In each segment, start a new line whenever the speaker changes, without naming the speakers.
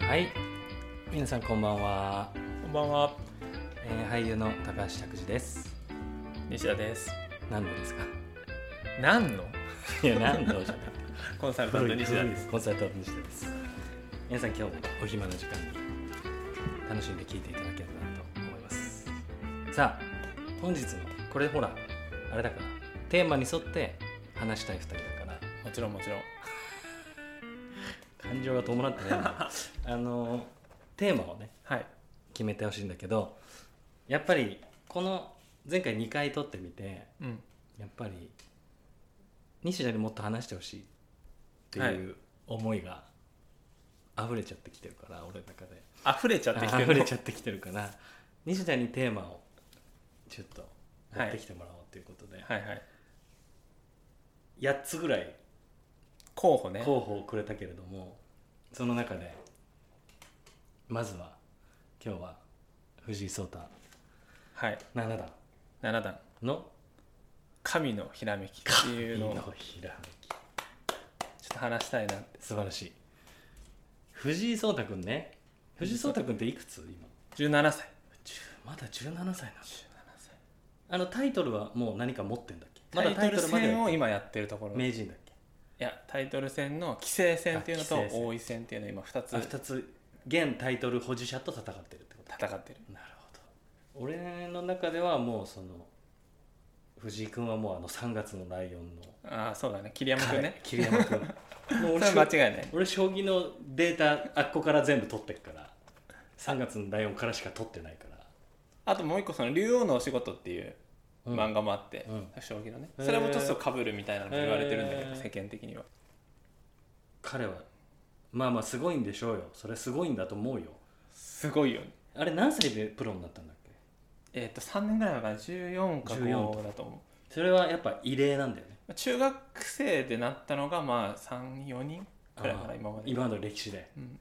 はい皆さんこんばんは、
こんばんは、
えー俳優の高橋拓司です
西田です。
何度ですか
何の
いや何度じゃ ない
コンサルタント西田です。
コンサルタント西田です皆さん今日もお暇な時間に楽しんで聞いていただければなと思いますさあ本日のこれほらあれだからテーマに沿って話したい2人だから
もちろんもちろん。
感情が伴って ないんだあのテーマをね
はい。
決めてほしいんだけどやっぱりこの前回2回撮ってみて
うん。
やっぱり西田にもっと話してほしいって
はいいう
思いが溢れちゃってきてるから、俺の中で
溢れちゃってきてる。
溢れちゃってきてるから西田にテーマをちょっと持ってきてもらおうということで、
はいはい。
8つぐらい
候補ね。
候補をくれたけれどもその中でまずは今日は藤井聡太
はい。
七段
7段。
の
神のひらめきって
神
いうのをちょ
の
っ
ひらめき
と話したいなって。
素晴らしい藤井聡太君ね藤井聡太君っていくつ今
17歳。
まだ17歳なの
17歳。
あのタイトルはもう何か持ってんだっけま
まだ
だタ
タ
イ
イ
ト
ト
ル
ル
まで
戦を今やってるところ。い
名人だっけ
や、タイトル戦の棋聖戦っていうの
あ
と
棋聖戦
王位戦っていうのを今2つ
あ2つ現タイトル保持者と戦ってるってこと
戦ってる。
なるほど俺の中ではもうその藤井君はもうあの3月のライオンの
ああ、そうだね。桐山君ね。
桐 山君もう
そ
俺
れは間違いない。
俺将棋のデータあっこから全部取ってっから3月のライオンからしか取ってないから
あともう一個その竜王のお仕事っていう
うん
漫画もあって、
うん
将棋のね
へー
それもちょっとかぶるみたいなのも言われてるんだけ
へ
ど
ー
世間的には
彼はまあまあすごいんでしょうよそれすごいんだと思うよ
すごいよね
あれ何歳でプロになったんだっけ
えっ、と3年ぐらい前から14か
14
5だと思
それはやっぱ異例なんだよね
う中学生でなったのがまあ34人くらいか
あ
な
ー
今まで
今までの歴史で
うん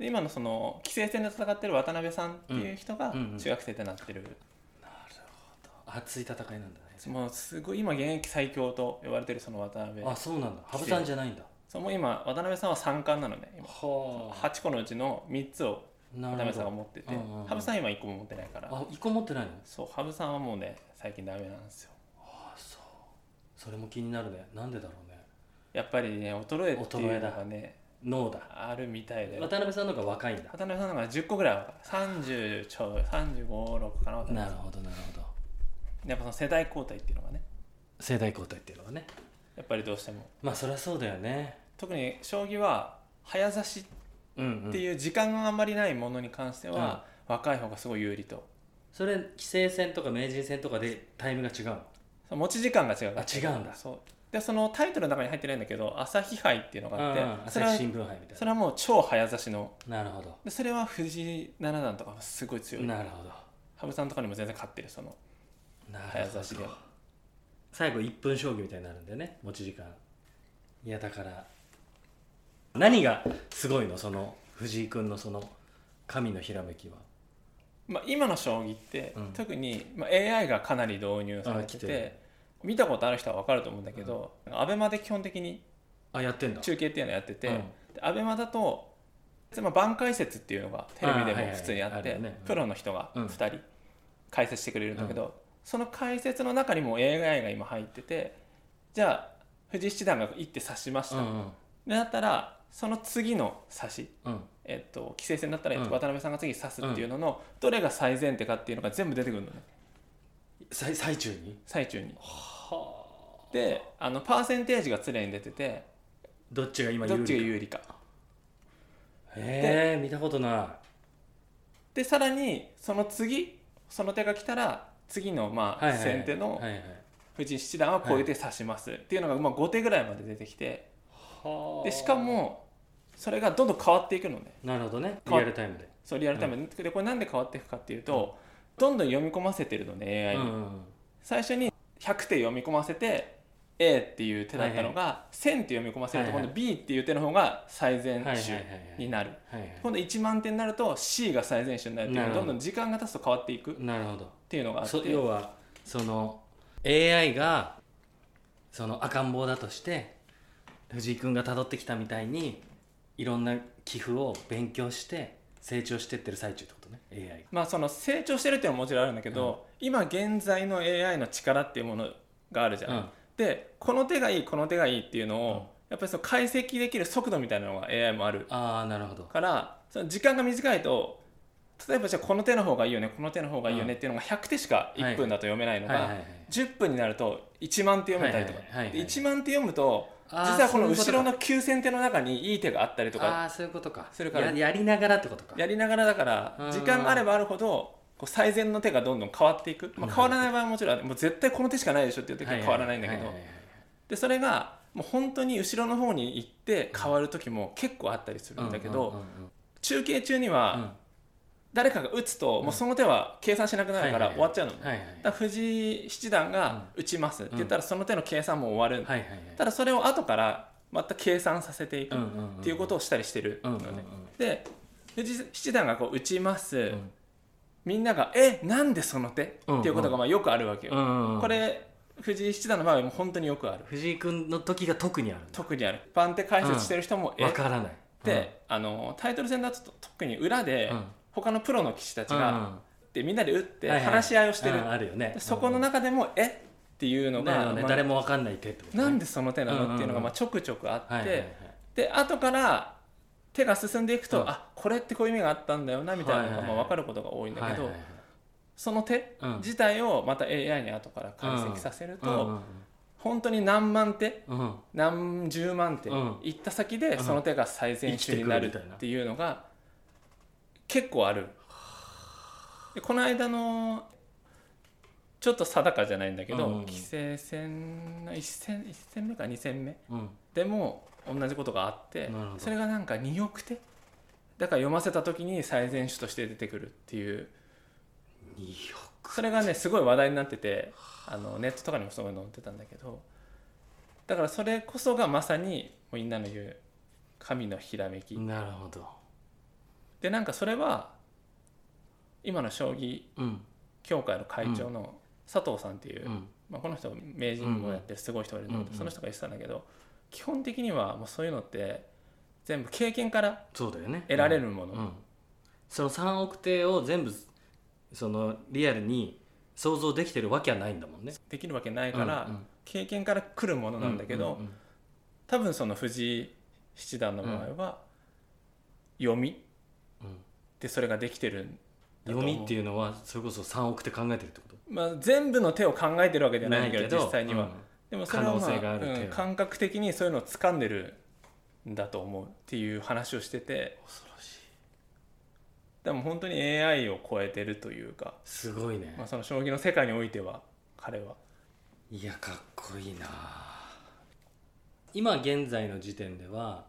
で今のその棋聖戦で戦ってる渡辺さんっていう人
う
が
んうんうん
中学生でなってる、
熱い戦いなんだね
もうすごい今現役最強と呼ばれてるその渡辺
あそうなんだ羽生さんじゃないんだ
そうもう今渡辺さんは3冠なのね今
はあ
8個のうちの3つを
な
ダメ
る
さんが
ほ
持ってて
うんうんうん
羽生さん今1個も持ってないから
どあ一個持ってないの
そう羽生さんはもうね最近ダメなんですよ
あそうそれも気になるねなんでだろうね
やっぱりね衰えっていうのがね
脳だ
あるみたいで
渡辺さんの方が若いんだ
渡辺さんの方が10個ぐらいは30ちょい356かな渡辺
な
さ
る
ん
ほどなるほど
やっぱその世代交代っていうのがね
世代交代っていうのはね
やっぱりどうしても
まあそりゃそうだよね
特に将棋は早指し
うん、
っていう時間があんまりないものに関しては、若い方がすごい有利と
それ棋聖戦とか名人戦とかでタイムが違うの
その持ち時間が違うか
あ
ら
違うんだ
そうでそのタイトルの中に入ってないんだけど朝日杯っていうのがあって
朝
それは
日新聞杯みたい
それはもう超早指しの
ななるほど
でそれは藤井七段とかすごい強い
なるほど
羽生さんとかにも全然勝ってるその
なる
早
ほ
指しで
ど最後1分将棋みたいになるんだよね持ち時間いやだから何がすごいのその藤井君のその神のひらめきは
まあ、今の将棋って、
うん
特に、まあ、AI がかなり導入されて
あ来
て
てる
見たことある人は分かると思うんだけど、アベマで基本的に
あやってんだ
中継っていうのやってて、
うん
でアベマだとまあ番解説っていうのがテレ
あ
ビで
ーはいは
も
い
普通にあ
あ
っ
る
て
よねうん
プロの人が
うん
2人解説してくれるんだけど、その解説の中にも AI が今入っててじゃあ藤井七段が一手指しました、
う
で
んうん
だったらその次の指し
うん
えっと、棋聖戦だったら、えっと
うん
渡辺さんが次指すっていうのの、どれが最前手かっていうのが全部出てくるのね
最最中に
最中に。
はあ
であのパーセンテージが常に出てて
どっちが今有
どっ
利
ちが
か
有利か。
へえ見たことな
でさらにその次その手が来たら次の、ま
い、
あ
はいはい、
先手
は
の
いはい
藤井七段はこういう手指しますっていうのが、まあ、5手ぐらいまで出てきてでしかもそれがどんどん変わっていくのね
なるほどねリ
変わ
ア
っ
ルタイムで
そうリアルタイムで,、でこれなんで変わっていくかっていうと、どんどん読み込ませてるのね AI に。
うんうんうん
最初に100手読み込ませて A っていう手だったのが1000手読み込ませると
はいは
今
い
度 B っていう手の方が最前
はいはいはい
手
はい
になる
はいはい
今度1万点になると C が最前手になるってい
なる
う
ほど
どんどん時間が経つと変わっていくっ
なるほど
ていうのがあって
そ要はその AI がその赤ん坊だとして藤井君が辿ってきたみたいにいろんな寄付を勉強して成長してってる最中ってことね AI
まあその成長してるっていうのももちろんあるんだけど、今現在の AI の力っていうものがあるじゃん、
が、
でこの手がいいこの手がいいっていうのを、
うん
やっぱりその解析できる速度みたいなのが AI もある
ああなるほど
からその時間が短いと例えばじゃあこの手の方がいいよねこの手の方がいいよねっていうのが100手しか1分だと読めないのが、
はいはいはい
10分になると1万手読めたりとか、
はいはいはいはい
で1万手読むと実
あー
はこの
そういうこと
後
か
ろの9000手の中にいい手があったりとか
ああそういうことか
それから
ややりながらってことか
やりながらだから
うん
時間があればあるほどこう最善の手がどんどん変わっていく、まあ、変わらない場合はもちろんあるもう絶対この手しかないでしょっていう時は変わらないんだけど
はははい
でそれがもう本当に後ろの方に行って変わる時も結構あったりする
はい
んだけ
うん
ど
うんうん
中継中に
うん
は誰かが打つともうその手は計算しなくなるから終わっちゃうのね
はいはい
だから藤井七段が打ちますって言ったらその手の計算も終わる
はいはいはい
ただそれを後からまた計算させていく
う
っ
んうんん
ていうことをしたりしてる
うん
の
うんうん
ねで藤井七段がこう打ちます、
うん
みんなが「えなんでその手?」って
うん
いうことがまあよくあるわけよ、
うんうんうん
これ藤井七段の場合はもう本当によくある
藤井君の時が特にあるんだ
特にある番手解説してる人も「え
わからない
で、あのタイトル戦だと特に裏で、
うん
他のプロの棋士たち
うん
が、でみんなで打っ
う
て
んはいはい
話し合いをしてる、
うんあるよね
でそこの中でも「えってい
う
うの
んだ
が、
よね
まあ
誰もわかんない手ってことね
なんでその手な
うんうんうん
のっていうのがまあちょくちょくあって、
はいはいはい
で後から手が進んでいくと、
うん
あこれってこういう意味があったんだよなみたいなの
は
が
いはい
ま
はい
あ分かることが多いんだけど、
はいはいはい
その手
うん
自体をまた AI に後から解析させると、本当に何万手
うんうんうんうん
何十万手
うん
行った先
う
で
ん
その手が最善手にな
生
る
きてくるみたいな
っていうのが結構ある。でこの間のちょっと定かじゃないんだけど、
うんうん
棋聖戦の 1, 戦1戦目か2戦目
うん
でも同じことがあって
なるほど
それがなんか2億手だから読ませた時に最善手として出てくるっていう
二百
それがねすごい話題になっててあのネットとかにもすごい載ってたんだけどだからそれこそがまさにみんなの言う神のひらめき、
なるほど
でなんかそれは今の将棋
うん
協会の会長の佐藤さんっていう、
うん
まあ、この人名人もやってるすごい人がいるんだけ
う
ど、
んうん
その人が言ってたんだけど基本的にはもうそういうのって全部経験から
そうだよね
得られるもの、
うんその3億手を全部そのリアルに想像できてるわけはないんだもんね
できるわけないから、
うんうん
経験から来るものなんだけど、
うんうんうん
多分その藤井七段の場合は、読み
うん
でそれができてるんだと
読
思う
みっていうのはそれこそ3億手考えてるってこと
まあ、全部の手を考えてるわけじゃないんだけど実際には、
うん
でもそれは、ま
可
あ
能性がある手
うん、感覚的にそういうのを掴んでるんだと思うっていう話をしてて
恐ろしい
でも本当に AI を超えてるというか、
すごいね
まあ、その将棋の世界においては彼はい
やかっこいいな今現在の時点では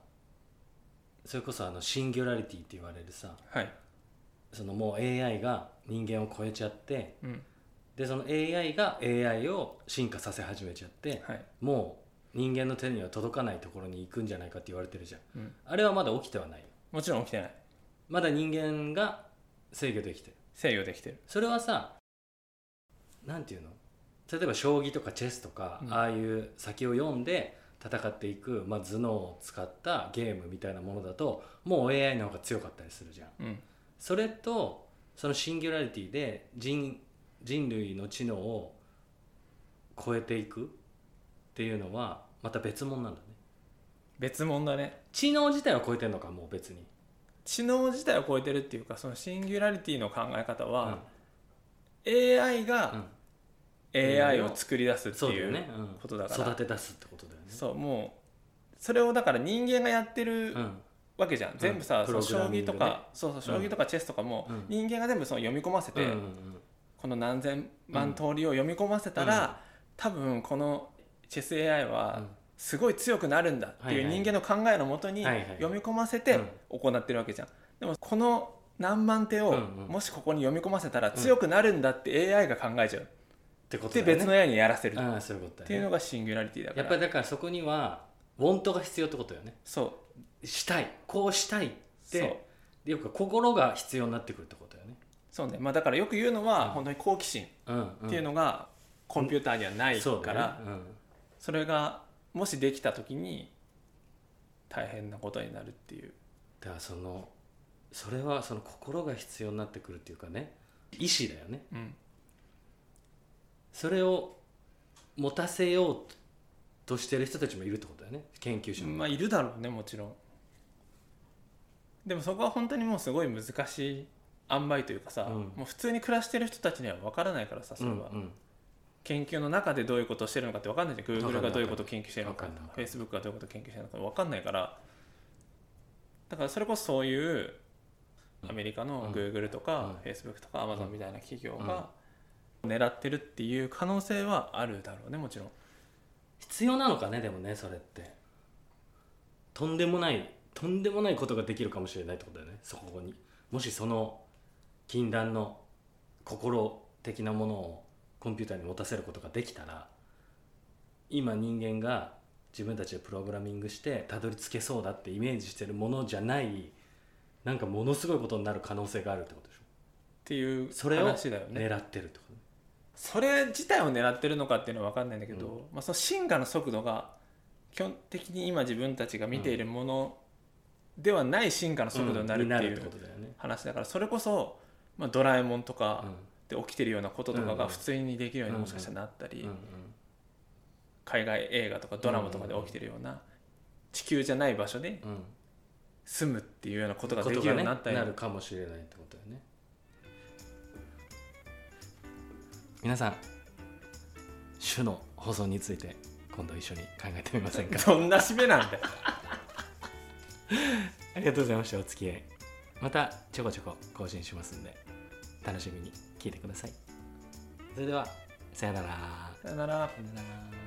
それこそあのシンギュラリティって言われるさ
はい、
そのもう AI が人間を超えちゃって
うん
でその AI が AI を進化させ始めちゃって
はい
もう人間の手には届かないところに行くんじゃないかって言われてるじゃん
うん、
あれはまだ起きてはないよ
もちろん起きてない
まだ人間が制御できてる
制御できてる
それはさなんていうの例えば将棋とかチェスとか、
うん
ああいう先を読んで戦っていく、まあ、頭脳を使ったゲームみたいなものだともう AI の方が強かったりするじゃん
うん
それとそのシンギュラリティで人人類の知能を超えていくっていうのはまた別物なんだね
別物だね
知能自体は超えてんのかもう別に
知能自体を超えてるっていうかそのシンギュラリティの考え方は、AI
う
が
ん
AI を作り出すって
そうだ
い
よ
う
ね、
ことだか
うん、
ら
育て出すってことだよね
そうもうそれをだから人間がやってる
うん
わけじゃん全部さ
プ
そ
ロ
の
グ
将
ラミン
棋
グで
とかそうそう将棋とかチェスとかも
うん
人間が全部その読み込ませ
うんう
て
ん
この何千万通りを読み込ませたら多分このチェス AI
う
は
ん
すごい強くなるんだっていう
はいはい
人間の考えのもとに
はいはい
読み込ませて行ってるわけじゃん。でもこの何万手を
うんうん
もしここに読み込ませたら強くなるんだって AI が考えちゃう、
ってことだ
で
よね
別の AI にやらせるっ
ああそういうこと
て
だ
いう
よ、ね、
のがシンギュラリティだか
やっ
ら
ぱりだからそこにはウォントが必要ってことよね
そ
したいこうしたいっ
うそう
てよく心が必要になってくるってことよね、
そうねまあだからよく言うのは本当に好奇心
うん
っていう
の
のがコンピューターにはない
そう
か
だ
ら
ねうん
それがもしできた時に大変なことになるっていう
だからそのそれはその心が必要になってくるっていうかね意志だよね
うん
それを持たせようとしてる人たちもいるってことだよね研究者も、
まあいるだろうねもちろんでもそこは本当にもうすごい難しい塩梅というかさ、
うん
もう普通に暮らしてる人たちには分からないからさそれは、
うんうん
研究の中でどういうことをしてるのかって分かんないじゃん
わかんない
Google がどういうことを研究してるのか
わかんないわかんない
Facebook がどういうことを研究してるのか分かんないからだからそれこそそういうアメリカ
うん
の Google とか
う
Facebook とか Amazon みたいな企業が狙ってるっていう可能性はあるだろうねもちろん
必要なのかねでもねそれってとんでもないとんでもないことができるかもしれないってことだよねそこにもしその禁断の心的なものをコンピューターに持たせることができたら今人間が自分たちでプログラミングしてたどり着けそうだってイメージしてるものじゃないなんかものすごいことになる可能性があるってことでしょ
っていう
それを
話だよね
狙ってるってことね
それ自体を狙ってるのかっていうのは分かんないんだけど、まあ、その進化の速度が基本的に今自分たちが見ているものではない進化の速度になる
うん
って
に
い
なるって
う
ことだよね、
話だからそれこそ、まあ、ドラえもんと
う
か
ん
で起きてるようなこととか
うん
が普通にできるように
うん
もしかしたらなったり、
うんうん
海外映画とかドラマとかで起きてるような地球じゃない場所で
うん、
住むっていうようなことが
こ
で
と
きるよ
がね
うになったり、
なるかもしれないってことだよね皆さん種の保存について今度一緒に考えてみません か
どんな締めなんだよ
ありがとうございましたお付き合いまたちょこちょこ更新しますんで楽しみに聞いてくださいそれではさよなら
さよなら
さよなら